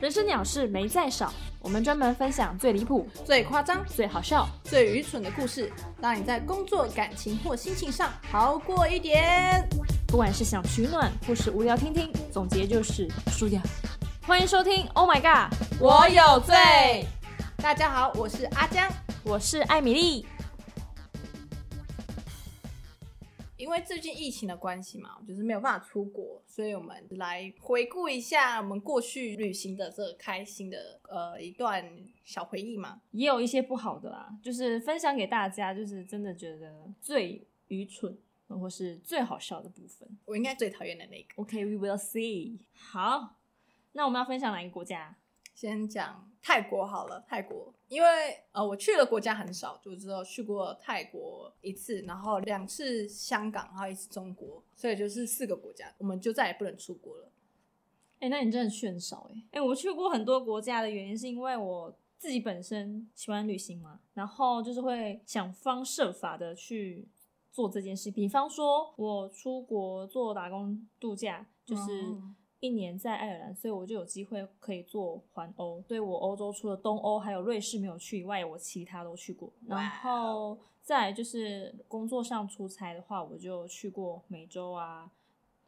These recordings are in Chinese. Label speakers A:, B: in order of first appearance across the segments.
A: 人生鸟事没在少，我们专门分享最离谱、
B: 最夸张、
A: 最好笑、
B: 最愚蠢的故事，让你在工作、感情或心情上好过一点。
A: 不管是想取暖或是无聊听听，总结就是舒压。欢迎收听，Oh my god，
B: 我有罪。大家好，我是阿江。
A: 我是艾米丽。
B: 因为最近疫情的关系嘛，就是没有办法出国，所以我们来回顾一下我们过去旅行的这个开心的呃一段小回忆嘛。
A: 也有一些不好的啦，就是分享给大家，就是真的觉得最愚蠢或是最好笑的部分。
B: 我应该最讨厌的那个，
A: OK，we、will see。好，那我们要分享哪一个国家？
B: 先讲泰国好了。泰国，因为呃我去的国家很少，就只有去过泰国一次，然后两次香港，然后一次中国，所以就是四个国家，我们就再也不能出国了。
A: 哎、那你真的去很少哎、哎、我去过很多国家的原因是因为我自己本身喜欢旅行嘛，然后就是会想方设法的去做这件事。比方说，我出国做打工度假，就是
B: 嗯
A: 一年在爱尔兰，所以我就有机会可以做环欧。对我欧洲除了东欧还有瑞士没有去以外，我其他都去过。然后再来就是工作上出差的话，我就去过美洲啊，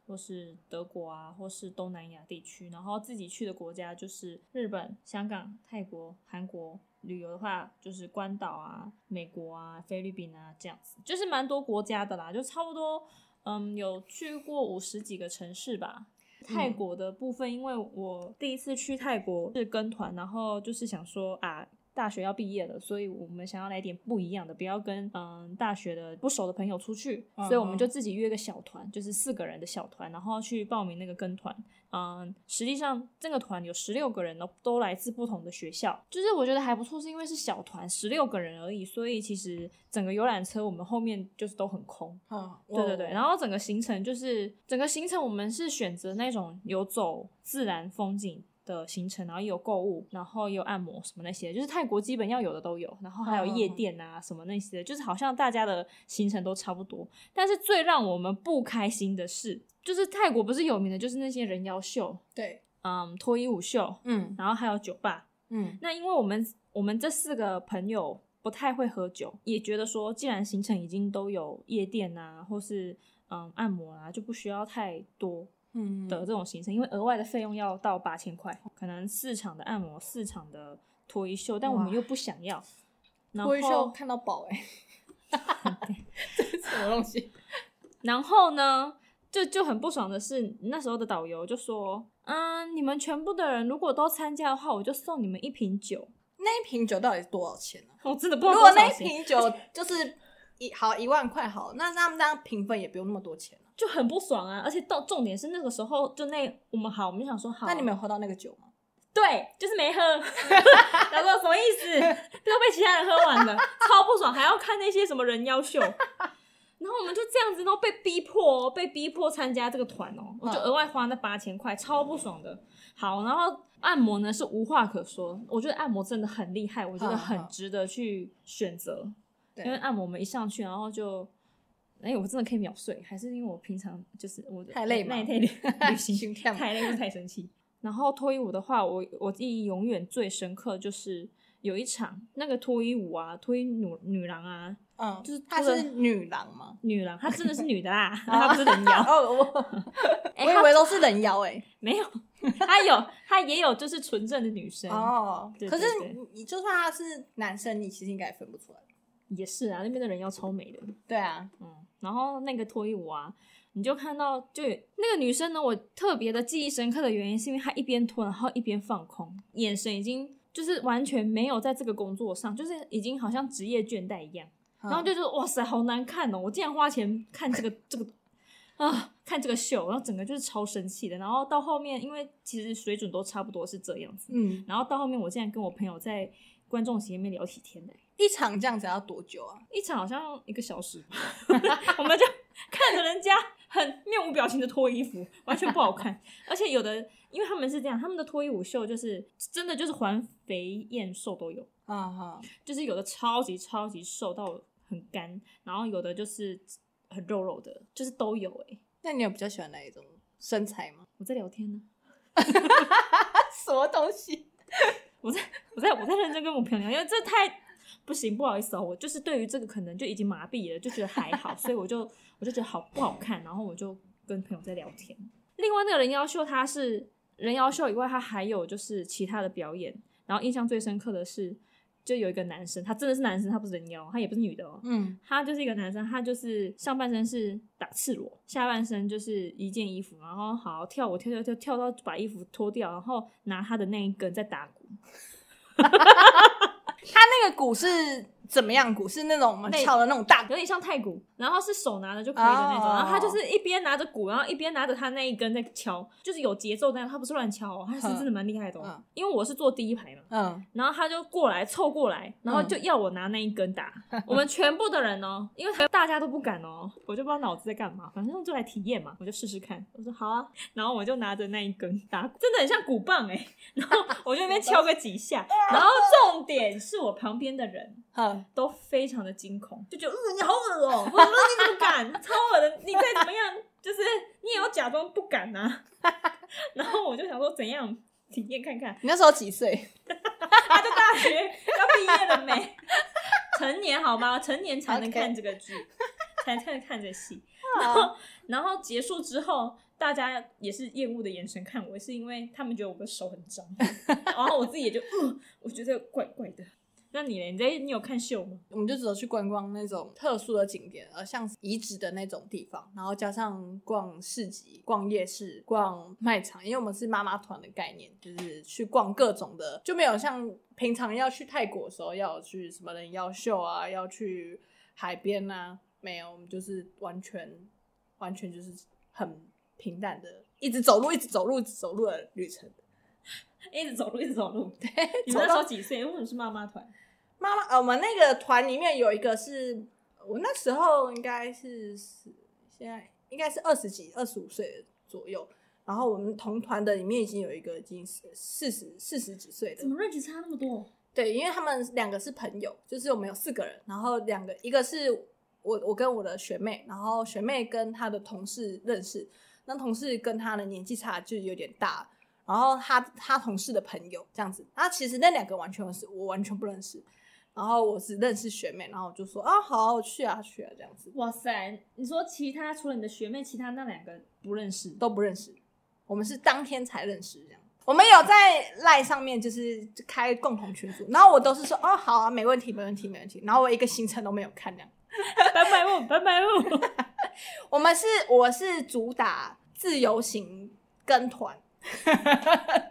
A: 或是德国啊，或是东南亚地区。然后自己去的国家就是日本、香港、泰国、韩国。旅游的话，就是关岛啊、美国啊、菲律宾啊这样子，就是蛮多国家的啦，就差不多，嗯，有去过五十几个城市吧。泰国的部分，因为我第一次去泰国是跟团，然后就是想说啊，大学要毕业了，所以我们想要来点不一样的，不要跟嗯大学的不熟的朋友出去，
B: 嗯
A: 所以我们就自己约个小团，就是四个人的小团，然后去报名那个跟团。嗯，实际上这个团有十六个人都哦都来自不同的学校，就是我觉得还不错，是因为是小团，十六个人而已，所以其实整个游览车我们后面就是都很空，
B: 嗯，
A: 对对对，然
B: 后
A: 后整个行程就是整个行程我们是选择那种有走自然风景的行程，然后也有购物，然后也有按摩什么那些，就是泰国基本要有的都有，然后还有夜店啊什么那些，就是好像大家的行程都差不多。但是最让我们不开心的是，就是泰国不是有名的就是那些人妖秀，
B: 对，
A: 嗯，脱衣舞秀，
B: 嗯
A: 然后还有酒吧，
B: 嗯
A: 那因为我们我们这四个朋友不太会喝酒，也觉得说，既然行程已经都有夜店啊，或是嗯按摩啊，就不需要太多
B: 嗯
A: 的这种行程，因为额外的费用要到八千块，可能四场的按摩，四场的脱衣秀，但我们
B: 哇
A: 又不想要。然
B: 脱衣秀
A: 后，
B: 看到饱 哎、这是什么东西？
A: 然后呢，就就很不爽的是，那时候的导游就说：“嗯，你们全部的人如果都参加的话，我就送你们一瓶酒。
B: 那一瓶酒到底是多少钱呢、”
A: 我真的不知
B: 如
A: 道
B: 果
A: 多
B: 那
A: 少
B: 一
A: 钱，
B: 瓶酒就是一好一万块好，那那那评分也不用那么多钱、啊、
A: 就很不爽啊！而且到重点是那个时候，就那我们好，我们就想说好，
B: 那你们有喝到那个酒吗？
A: 对，就是没喝， 他说什么意思？都被其他人喝完了，超不爽，还要看那些什么人妖秀。然后我们就这样子，然后被逼迫、哦，被逼迫参加这个团哦，我就
B: 嗯
A: 额外花那八千块，超不爽的。好，然后按摩呢是无话可说，我觉得按摩真的很厉害，我觉得
B: 嗯
A: 很
B: 嗯
A: 值得去选择，
B: 对
A: 因为按摩我们一上去，然后就，哎，我真的可以秒睡，还是因为我平常就是我
B: 太累嘛
A: 那太累， 旅行
B: 心跳
A: 太累又太生气。然后脱衣舞的话，我我记忆永远最深刻就是有一场那个脱衣舞啊，脱衣女女郎啊，
B: 嗯，
A: 就是
B: 她
A: 除了
B: 是女郎吗？
A: 女郎她真的是女的啦，她不是人妖，
B: 哦， 我
A: 哎
B: 我以
A: 她
B: 为都是人妖哎、
A: 没有，她有她也有就是纯正的女生，
B: 哦，
A: 对
B: 可是
A: 对对
B: 你你就算他是男生，你其实应该也分不出来。
A: 也是啊，那边的人妖超美的，
B: 对啊，
A: 嗯，然后那个脱衣舞啊，你就看到就有那个女生呢，我特别的记忆深刻的原因是因为她一边脱，然后一边放空，眼神已经就是完全没有在这个工作上，就是已经好像职业倦怠一样。
B: 然
A: 然后就觉得哇塞，好难看哦！我竟然花钱看这个这个啊，看这个秀，然后整个就是超生气的。然后到后面，因为其实水准都差不多是这样子，
B: 嗯，
A: 然后到后面我竟然跟我朋友在观众席那边聊起天来，
B: 一场这样子要多久啊？
A: 一场好像一个小时吧， 我们就看着人家很面无表情的脱衣服，完全不好看。而且有的，因为他们是这样，他们的脱衣舞秀就是真的就是环肥燕瘦都有。
B: 啊哈，
A: 就是有的超级超级瘦到很干，然后有的就是很肉肉的，就是都有哎、
B: 那你有比较喜欢哪一种身材吗？
A: 我在聊天呢，
B: 啊，什什么东西？
A: 我在我在我在认真跟我朋友聊，因为这太不行，不好意思哦，我就是对于这个可能就已经麻痹了，就觉得还好，所以我就我就觉得好不好看，然后我就跟朋友在聊天。另外那个人妖秀，他是人妖秀以外，他还有就是其他的表演，然后印象最深刻的是，就有一个男生，他真的是男生，他不是人妖，他也不是女的哦，
B: 嗯，
A: 他就是一个男生，他就是上半身是打赤裸，下半身就是一件衣服，然后好跳舞跳跳跳跳到把衣服脱掉，然后拿他的那一根在打鼓，
B: 他那个鼓是怎么样鼓？是那种我们
A: 那
B: 跳的那种大鼓
A: 有点像太鼓，然后是手拿的就可以的那种
B: 哦
A: 然后他就是一边拿着鼓，然后一边拿着他那一根在敲，就是有节奏但他不是乱敲哦，他是真的蛮厉害的、哦
B: 嗯
A: 因为我是坐第一排嘛。
B: 嗯，
A: 然后他就过来凑过来，然后就要我拿那一根打。我们全部的人哦，因为大家都不敢哦，我就不知道脑子在干嘛，反正就来体验嘛，我就试试看。我说好啊，然后我就拿着那一根打，真的很像鼓棒哎、然后我就在那边敲个几下，然后重点是我旁边的人
B: 嗯，
A: 都非常的惊恐，就觉得，嗯，你好恶哦、我说你怎么敢，超恶的，你再怎么样，就是你也要假装不敢呐、 然后我就想说，怎样体验看看，
B: 你那时候几 岁？
A: 他就大学要毕业了 没？成年好吗？成年才能
B: OK
A: 看这个剧才才能看这戏。然后，然后结束之后，大家也是厌恶的眼神看我，是因为他们觉得我的手很 脏，然后我自己也就，嗯，我觉得怪怪的。那你嘞？你在你有看秀吗？
B: 我们就只有去观光那种特殊的景点，呃，像遗址的那种地方，然后加上逛市集、逛夜市、逛卖场，因为我们是妈妈团的概念，就是去逛各种的，就没有像平常要去泰国的时候要去什么人妖秀啊，要去海边啊，没有，我们就是完全完全就是很平淡的，一直走路，一直走路，一直走路的旅程。
A: 一直走路，一直走路。对，你
B: 走
A: 们那时
B: 到
A: 候几岁？为什么是妈妈团？
B: 妈妈，呃，我们那个团里面有一个是我那时候应该是十现在应该是二十几、二十五岁左右。然后我们同团的里面已经有一个已经是四十四十几岁的
A: 怎，么 range 差那么多？
B: 对，因为他们两个是朋友，就是我们有四个人，然后两个一个是我我跟我的学妹，然后学妹跟她的同事认识，那同事跟她的年纪差就有点大，然后她她同事的朋友这样子，那其实那两个完全是我完全不认识，然后我只认识学妹，然后我就说啊好啊我去啊去啊这样子
A: 哇塞！你说其他除了你的学妹，其他那两个不认识，
B: 都不认识，我们是当天才认识这样。我们有在赖上面就是开共同群组，然后我都是说哦好啊没问题没问题没问题，然后我一个行程都没有看这样。
A: 拜拜我，拜拜我。
B: 我们是我是主打自由行跟团，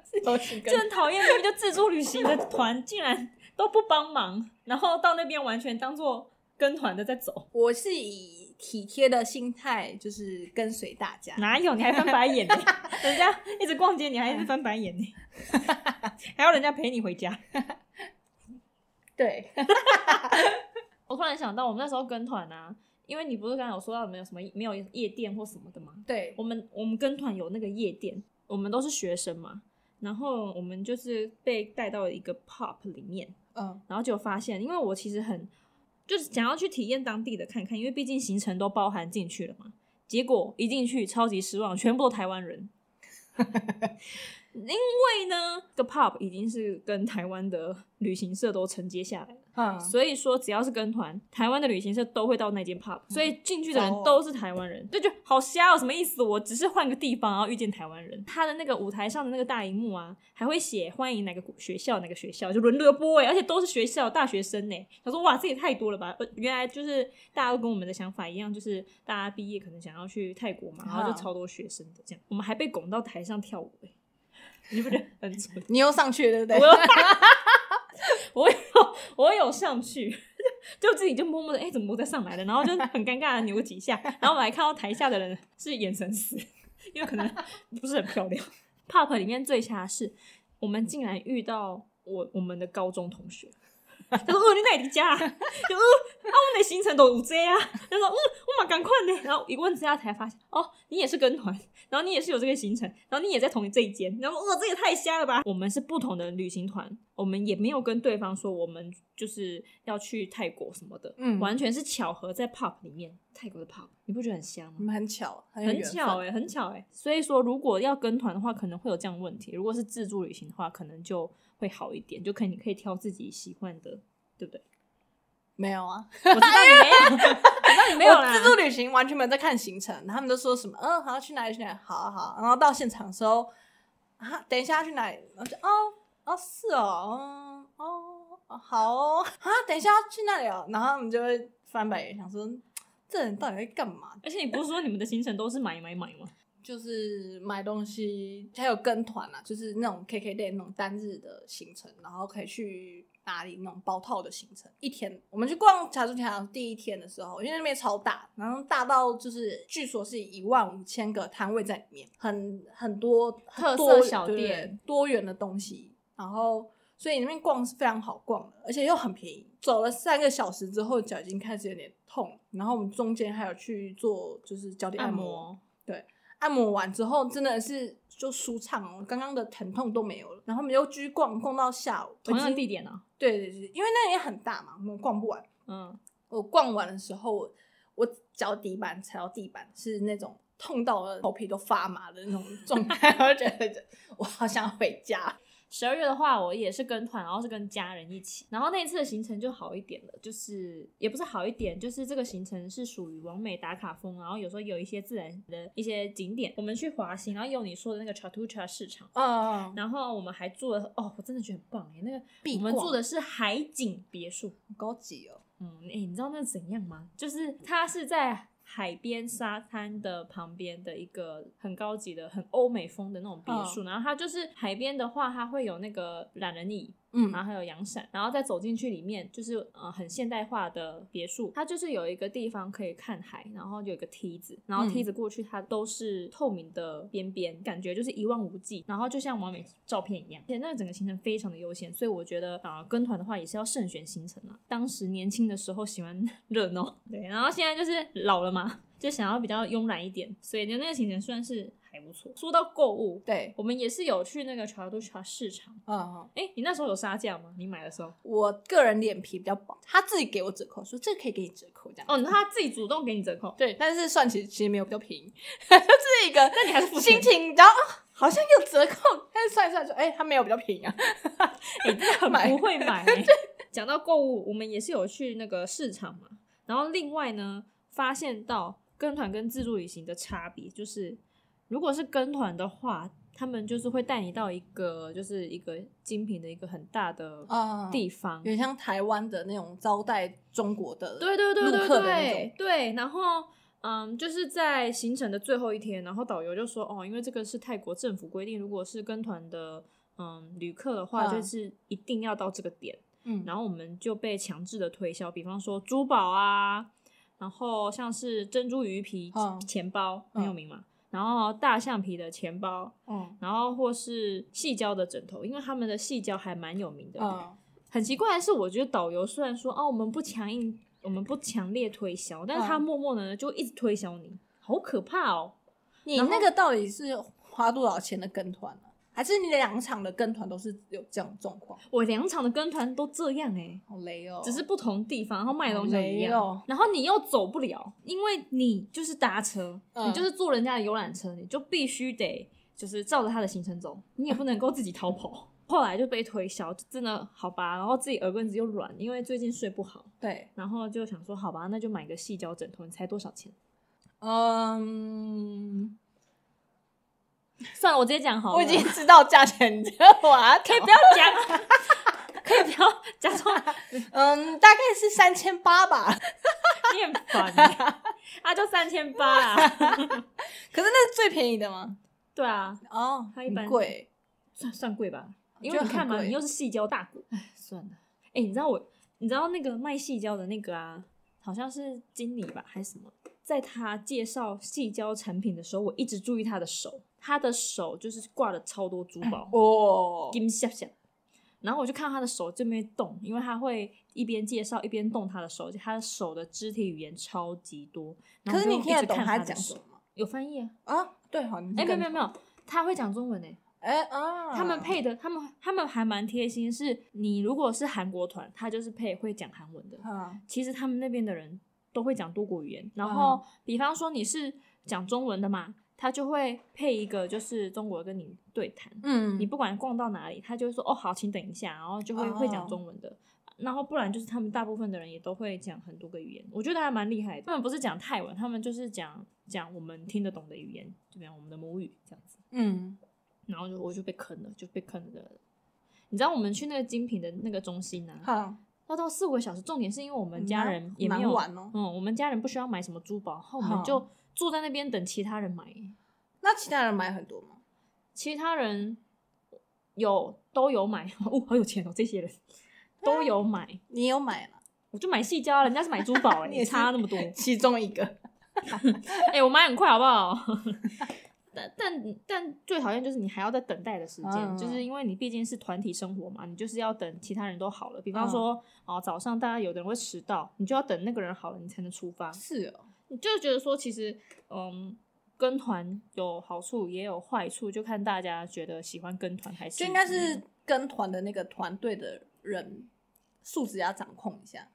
B: 自由行
A: 就很讨厌，明明就自助旅行的团，竟然都不帮忙，然后到那边完全当做跟团的在走。
B: 我是以体贴的心态，就是跟随大家。
A: 哪有？你还翻白 眼呢？人家一直逛街，你还一直翻白 眼呢？还要人家陪你回家？
B: 对，
A: 我突然想到，我们那时候跟团啊，因为你不是刚才有说到没有什么没有夜店或什么的吗？
B: 对，
A: 我们我们跟团有那个夜店，我们都是学生嘛，然后我们就是被带到一个 pop 里面，
B: 嗯，
A: 然后就发现，因为我其实很就是想要去体验当地的看看，因为毕竟行程都包含进去了嘛。结果一进去超级失望，全部都台湾人。因为呢，这个 pop 已经是跟台湾的旅行社都承接下来了。
B: 嗯，
A: 所以说，只要是跟团，台湾的旅行社都会到那间 pub，所以进去的人都是台湾人，这就好瞎哦，什么意思？我只是换个地方，然后遇见台湾人。他的那个舞台上的那个大荧幕啊，还会写欢迎哪个学校哪个学校，就轮流播哎，而且都是学校大学生呢。他说哇，这也太多了吧！呃原来就是大家都跟我们的想法一样，就是大家毕业可能想要去泰国嘛，然后就
B: 啊
A: 超多学生的这样。我们还被拱到台上跳舞哎， 你不觉得很蠢？
B: 你又上去了，对不
A: 我
B: 对？
A: 有，我有，我有上去， 就自己就默默的，哎、怎么我在上来了？然后就很尴尬的扭几下，然后我还看到台下的人是眼神死，因为可能 不是很漂亮。Pop 里面最瞎的是，我们竟然遇到我我们的高中同学。他说：“哦，你哪里家、啊？就呃，啊，我的行程都有这啊。”他说：“嗯，我嘛赶快呢。”然后一问之下才发现，哦，你也是跟团，然哦后你也是有这个行程，然后你也在同这一间，然后哇，这也太瞎了吧！我们是不同的旅行团，我我们也没有跟对方说我们就是要去泰国什么的，
B: 嗯
A: 完全是巧合在 pub 里面，泰国的 pub，你不觉得很香吗？
B: 你们很巧，欸很有
A: 很
B: 缘分
A: 巧哎、很巧哎、所以说，如果要跟团的话，可能会有这样的问题；如果是自助旅行的话，可能就会好一点，就可以你可以挑自己喜欢的，对 不对？
B: 没有啊，
A: 我知道你没有，我知道你没有
B: 我自助
A: 啦。
B: 旅行完全没有在看行程，他们都说什么嗯，好要去哪里去哪里，好啊好啊，然后到现场的时候啊，等一下要去哪里，然后就哦哦是哦，嗯哦哦好哦啊，等一下要去那里哦，然后他们就会翻白眼，想说这人到底在干嘛？
A: 而且你不是说你们的行程都是买买买吗？
B: 就是买东西，还有跟团啊，就是那种 KK day 那种单日的行程，然后可以去哪里那种包套的行程，一天。我们去逛茶珠墙第一天的时候，因为那边超大，然后大到就是据说是一万五千个摊位在里面，很很多
A: 特色
B: 多
A: 小
B: 对对对
A: 店
B: 多元的东西，然后。所以那边逛是非常好逛的，而且又很便宜。走了三个小时之后，脚已经开始有点痛，然后我们中间还有去做就是脚底
A: 按
B: 摩
A: 摩，
B: 按摩完之后，真的是就舒畅哦，刚刚的疼痛都没有了。然后我们又继续逛，逛到下午。
A: 同样的
B: 已经
A: 地点啊，
B: 对对对，因为那里很大嘛，我们逛不完。
A: 嗯，
B: 我逛完的时候，我我脚底板踩到地板是那种痛到了头皮都发麻的那种状态， 我就觉得我好想回家。
A: 十二月的话，我也是跟团，然后是跟家人一起。然后那一次的行程就好一点了，就是也不是好一点，就是这个行程是属于完美打卡风，然后有时候有一些自然的一些景点，我们去滑行，然后有你说的那个 Chatucha 市场。
B: 嗯，
A: 然后我们还住了哦，我真的觉得很棒哎！那个
B: 必
A: 我们
B: 逛
A: 住的是海景别墅，
B: 好高级哦。
A: 嗯，哎、你知道那是怎样吗？就是它是在海边沙滩的旁边的一个很高级的、很欧美风的那种别墅，然后它就是海边的话，它会有那个懒人椅，
B: 嗯
A: 然后还有阳伞，然后再走进去里面就是呃很现代化的别墅，它就是有一个地方可以看海，然后有一个梯子，然后梯子过去它都是透明的边边，感觉就是一望无际，然后就像完美照片一样。而且那个整个行程非常的悠闲，所以我觉得啊、呃跟团的话也是要慎选行程啊。当时年轻的时候喜欢 热闹，对，然后现在就是老了嘛，就想要比较慵懒一点，所以就那个行程算是还不错。说到购物。
B: 对，
A: 我们也是有去那个查都查市场，
B: 嗯嗯。
A: 哎、你那时候有杀价吗？你买的时候？
B: 我个人脸皮比较薄，他自己给我折扣，说这个可以给你折扣这样。
A: 哦，他自己主动给你折扣，
B: 对，但是算起其实没有比较便宜， 就是一个，但
A: 你还是付
B: 心
A: 钱
B: 情，然后啊好像有折扣，但是算一算说，哎、它没有比较便宜啊。
A: 你哎真的很
B: 买
A: 不会 买、欸。讲到购物，我们也是有去那个市场嘛，然后另外呢，发现到跟团跟自助旅行的差别，就是如果是跟团的话，他们就是会带你到一个就是一个精品的一个很大的
B: 啊
A: 嗯地方
B: 有，点像台湾的那种招待中国的，
A: 对对对
B: 陆
A: 对
B: 客的那种
A: 对对，然后。嗯，就是在行程的最后一天，然后导游就说，哦，因为这个是泰国政府规定，如果是跟团的嗯旅客的话，
B: 嗯
A: 就是一定要到这个点。
B: 嗯，
A: 然后我们就被强制的推销，比方说珠宝啊，然后像是珍珠鱼皮
B: 嗯
A: 钱包、很有
B: 嗯
A: 名嘛，然后大象皮的钱包，
B: 嗯
A: 然后或是细胶的枕头，因为他们的细胶还蛮有名的。
B: 嗯，
A: 很奇怪的是，我觉得导游虽然说哦，我们不强硬，我们不强烈推销，但是他
B: 嗯
A: 默默的就一直推销你，好可怕哦！
B: 你那个到底是花多少钱的跟团呢、还是你两场的跟团都是有这种状况？
A: 我两场的跟团都这样哎、
B: 好雷哦，
A: 只是不同地方，然后卖的东西
B: 好
A: 不
B: 雷
A: 一
B: 哦
A: 样，然后你又走不了，因为你就是搭车，
B: 嗯
A: 你就是坐人家的游览车，你就必须得就是照着他的行程走，你也不能够自己逃跑。后来就被推销，就真的好吧，然后自己耳根子又软，因为最近睡不好，
B: 对，
A: 然后就想说好吧，那就买个细胶枕头，你猜多少钱？
B: 嗯，
A: 算了，我直接讲好了，
B: 我已经知道价钱，你知道吗？
A: 可以不要讲， 可以不要假装
B: 嗯，大概是三千八吧。
A: 你很烦欸，啊，就三千八啊，
B: 可是那是最便宜的吗？
A: 对啊，
B: 哦，
A: 它一般
B: 很贵。
A: 算算贵吧，
B: 就
A: 因为你看
B: 很
A: 嘛，
B: 贵
A: 你又是细胶大骨，哎，算了。哎、你知道我，你知道那个卖细胶的那个啊，好像是经理吧，还是什么，在他介绍细胶产品的时候，我一直注意他的手，他的手就是挂了超多珠宝，
B: 哦，
A: 金闪闪。然后我就看他的手这边动，因为他会一边介绍一边动他的手，而且他的手的肢体语言超级多。然后
B: 可是
A: 我就
B: 你听得
A: 一直
B: 懂
A: 看
B: 他
A: 的
B: 讲
A: 手
B: 什么吗？
A: 有翻译啊？
B: 啊，对，好，你
A: 哎、
B: 是
A: 没有
B: 跟
A: 没有没有，他会讲中文诶、
B: 哎啊，
A: 他们配的，他们他们还蛮贴心，是你如果是韩国团，他就是配会讲韩文的。
B: 嗯
A: 其实他们那边的人都会讲多国语言，然
B: 啊
A: 后比方说你是讲中文的嘛，他就会配一个就是中国跟你对谈。
B: 嗯
A: 你不管逛到哪里，他就会说哦好，请等一下，然后就会、会讲
B: 哦
A: 中文的。然后不然就是他们大部分的人也都会讲很多个语言，我觉得还蛮厉害的。他们不是讲泰文，他们就是讲讲我们听得懂的语言，就比方我们的母语这样子。
B: 嗯
A: 然后就我就被坑了，就被坑了。你知道我们去那个精品的那个中心啊，
B: 好，
A: 要到四五个小时。重点是因为我们
B: 嗯
A: 家
B: 蛮
A: 人也没
B: 蛮
A: 有，
B: 晚哦
A: 嗯，我们家人不需要买什么珠宝，然后我们
B: 好
A: 就坐在那边等其他人买。
B: 那其他人买很多吗？
A: 其他人有都有买， 哦，好有钱哦，这些人
B: 啊
A: 都有买，
B: 你有买了？
A: 我就买细胶啊，人家是买珠 宝、欸，
B: 你也是
A: 差那么多。
B: 其中一个，
A: 哎、我买很快好不好？ 但但但最讨厌就是你还要在等待的时间，
B: 嗯
A: 就是因为你毕竟是团体生活嘛，你就是要等其他人都好了。比
B: 嗯
A: 方说，哦，早上大家有的人会迟到，你就要等那个人好了，你才能出发。
B: 是哦，
A: 你就觉得说，其实嗯，跟团有好处也有坏处，就看大家觉得喜欢跟团还是
B: 就应该是跟团的那个团队的人素质要掌控一下。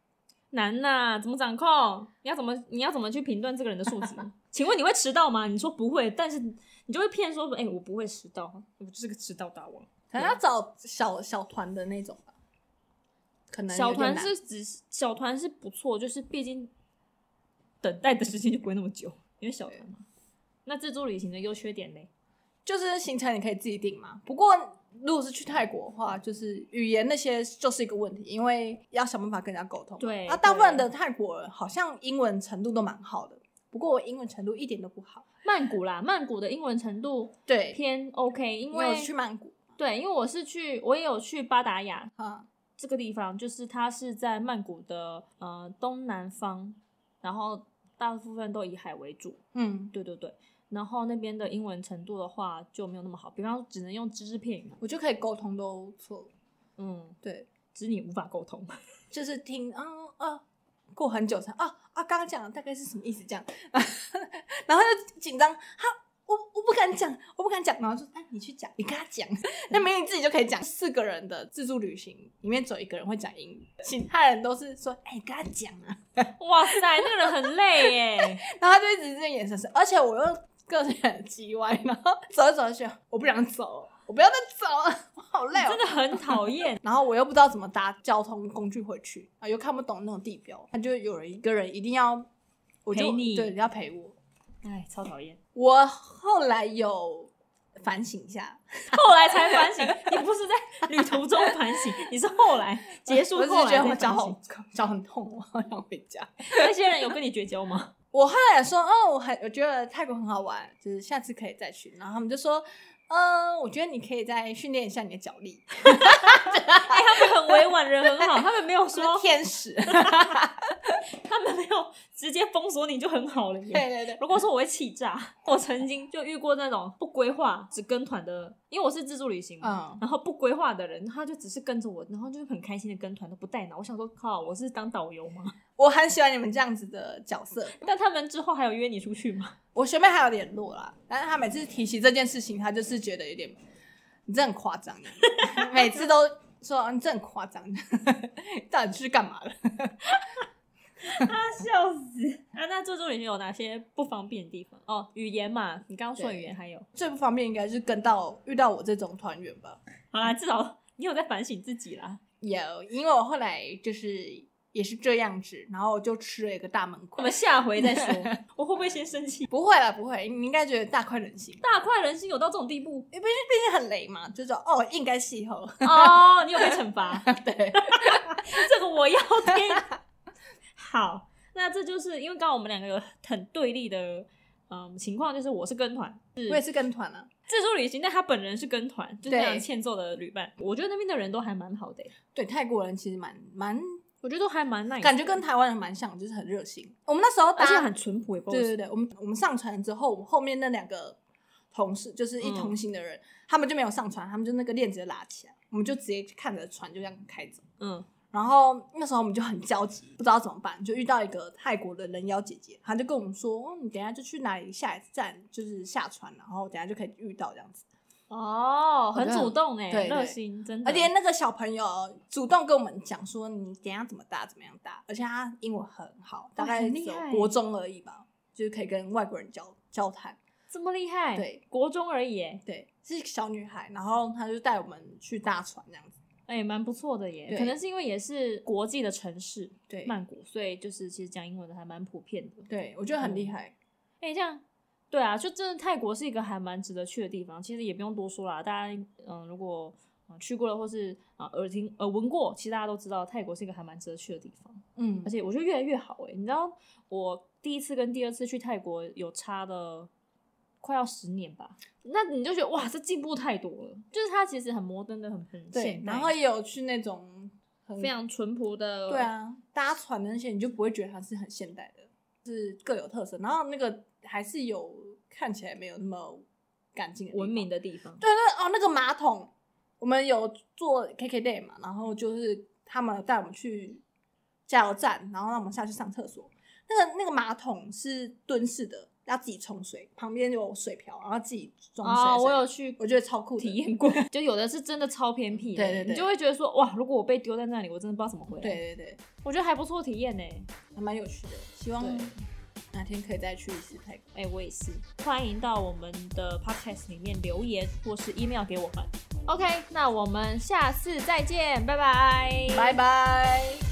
A: 难呐、怎么掌控？你要怎么你要怎么去评断这个人的素 质？请问你会迟到吗？你说不会，但是你就会骗说，哎、我不会迟到，我就是个迟到大王。
B: 可能要找小小团的那种吧，可能
A: 小
B: 有点
A: 团
B: 难
A: 是只是小团是不错，就是毕竟等待的时间就不会那么久，因为小团嘛。那自助旅行的优缺点嘞？
B: 就是行程你可以自己定嘛。不过如果是去泰国的话，就是语言那些就是一个问题，因为要想办法跟人家沟通。
A: 对
B: 啊，大部分的泰国人好像英文程度都蛮好的，不过我英文程度一点都不好。
A: 曼谷啦，曼谷的英文程度
B: 对，
A: 偏 OK，因
B: 因为我
A: 为
B: 是去曼谷
A: 对，因为我是去，我也有去巴达雅
B: 啊，
A: 这个地方，就是它是在曼谷的呃东南方，然后大部分都以海为主，
B: 嗯，
A: 对对对。然后那边的英文程度的话就没有那么好，比方说只能用只字片语嘛，
B: 我就可以沟通都错。
A: 嗯，
B: 对，
A: 只是你无法沟通。
B: 就是听嗯啊，过很久才啊啊，刚刚讲的大概是什么意思这样， 然后就紧张，哈，我我不敢讲，我不敢讲，然后就哎、你去讲，你跟他讲， 那明明你自己就可以讲。四个人的自助旅行里面只有一个人会讲英语，其他人都是说哎、你跟他讲啊，
A: 哇塞，那个人很累 耶，
B: 然后他就一直这个眼神是，而且我又个人很叽歪，然后走着走着去，我不想走了，我不要再走了，我好累、哦，
A: 真的很讨厌。
B: 然后我又不知道怎么搭交通工具回去啊，又看不懂那种地标，他就有人一个人一定要，我就
A: 陪你
B: 对，要陪我。
A: 哎，超讨 厌。
B: 我后来有反省一下，
A: 后来才反省，你不是在旅途中反省，你是后来结束
B: 我只
A: 后
B: 是
A: 来
B: 觉得
A: 才
B: 我脚
A: 反
B: 好
A: 省。
B: 脚很 痛，我好想回家。
A: 那些人有跟你绝交吗？
B: 我后来说，嗯，我很我觉得泰国很好玩，就是下次可以再去。然后他们就说，嗯，我觉得你可以再训练一下你的脚力，
A: 哎，他们很委婉，人很好，他们没有
B: 是
A: 说，
B: 天使。
A: 他们没有直接封锁你就很好了耶。
B: 对对对，
A: 如果说我会气炸， 我曾经就遇过那种不规划只跟团的，因为我是自助旅行嘛，
B: 嗯，
A: 然后不规划的人，他就只是跟着我，然后就是很开心的跟团，都不带脑。我想说，靠，我是当导 游吗？
B: 我很喜欢你们这样子的角色。
A: 但他们之后还有约你出去吗？
B: 我学妹还有联络啦，但是她每次提起这件事情，她就是觉得有点，你这很夸张，欸 每次都说啊你这很夸张， 到底去干嘛了？
A: 笑死！啊，那自助旅行有哪些不方便的地方？哦，语言嘛，你刚刚说
B: 对
A: 语言还有，
B: 最不方便应该是跟到遇到我这种团员吧。
A: 好啦，至少你有在反省自己啦。
B: 有，因为我后来就是也是这样子，然后我就吃了一个大闷
A: 我
B: 亏
A: 们。下回再 说，我会不会先生气？
B: 不会了，不会，你应该觉得大快人心，毕
A: 大快人心有到这种地 步
B: 竟很雷嘛，就说哦应该气候，
A: 哦？你有被惩罚？
B: 对，
A: 这个我要听。 好，那这就是因为刚刚我们两个有很对立的嗯情况，就是我是跟团，
B: 我也是跟团啊，
A: 自助旅行，但他本人是跟团，就是
B: 对
A: 非常欠揍的旅伴。我觉得那边的人都还蛮好的欸、
B: 对，泰国人其实蛮蛮，
A: 我觉得都还蛮 nice，
B: 感觉
A: 的
B: 跟台湾人蛮像，就是很热心。我们那时候搭
A: 而且很淳朴，也欸不知道为
B: 对
A: 什么
B: 对对，我们我们上船之后，我们后面那两个同事，就是一
A: 嗯
B: 同行的人，他们就没有上船，他们就那个链子就拉起来，我们就直接看着船就这样开走。
A: 嗯，
B: 然后那时候我们就很焦急，不知道怎么办，就遇到一个泰国的人妖姐姐，她就跟我们说：“哦，你等一下就去哪里下一站，就是下船，然后等一下就可以遇到这样子。”
A: 哦，很主动哎、
B: 对对
A: 热心真的，
B: 而且那个小朋友主动跟我们讲说，你等一下怎么打，怎么样打，而且他英文很好，大概
A: 很
B: 只
A: 厉
B: 有
A: 害
B: 国中而已吧，就是可以跟外国人交交谈。
A: 这么厉害，
B: 对，
A: 国中而已哎、
B: 对，是小女孩，然后她就带我们去大船这样子。
A: 哎，蛮不错的耶。
B: 对
A: 可能是因为也是国际的城市
B: 对，
A: 曼谷，所以就是其实讲英文的还蛮普遍的。
B: 对我觉得很厉害。
A: 哎，这样对啊，就真的泰国是一个还蛮值得去的地方。其实也不用多说啦，大家嗯，如果呃去过了或是啊、耳听耳闻过，其实大家都知道泰国是一个还蛮值得去的地方。
B: 嗯
A: 而且我觉得越来越好哎、你知道我第一次跟第二次去泰国有差的快要十年吧，那你就觉得哇，这进步太多了。就是它其实很摩登的，很很
B: 对
A: 现，代，
B: 然后也有去那种很
A: 非常淳朴的，
B: 对，啊搭船的那些，你就不会觉得它是很现代的，是各有特色。然后那个还是有看起来没有那么干净的地方
A: 文明的地方。
B: 对对哦，那个马桶，我们有做 KK day 嘛，然后就是他们带我们去加油站，然后让我们下去上厕所。那个那个马桶是蹲式的，要自己冲水，旁边有水瓢，然后自己装水。
A: 哦，我有，去，
B: 我觉得超酷的
A: 体验 过，就有的是真的超偏僻的，
B: 对对对
A: 你就会觉得说哇，如果我被丢在那里，我真的不知道怎么回来。，
B: 对对对，
A: 我觉得还不错体验呢。
B: 还蛮有趣的。希望
A: 对
B: 哪天可以再去一次泰国。
A: 哎、我也是，欢迎到我们的 podcast 里面留言或是 email 给我们。OK，那我们下次再见，拜拜，
B: 拜拜。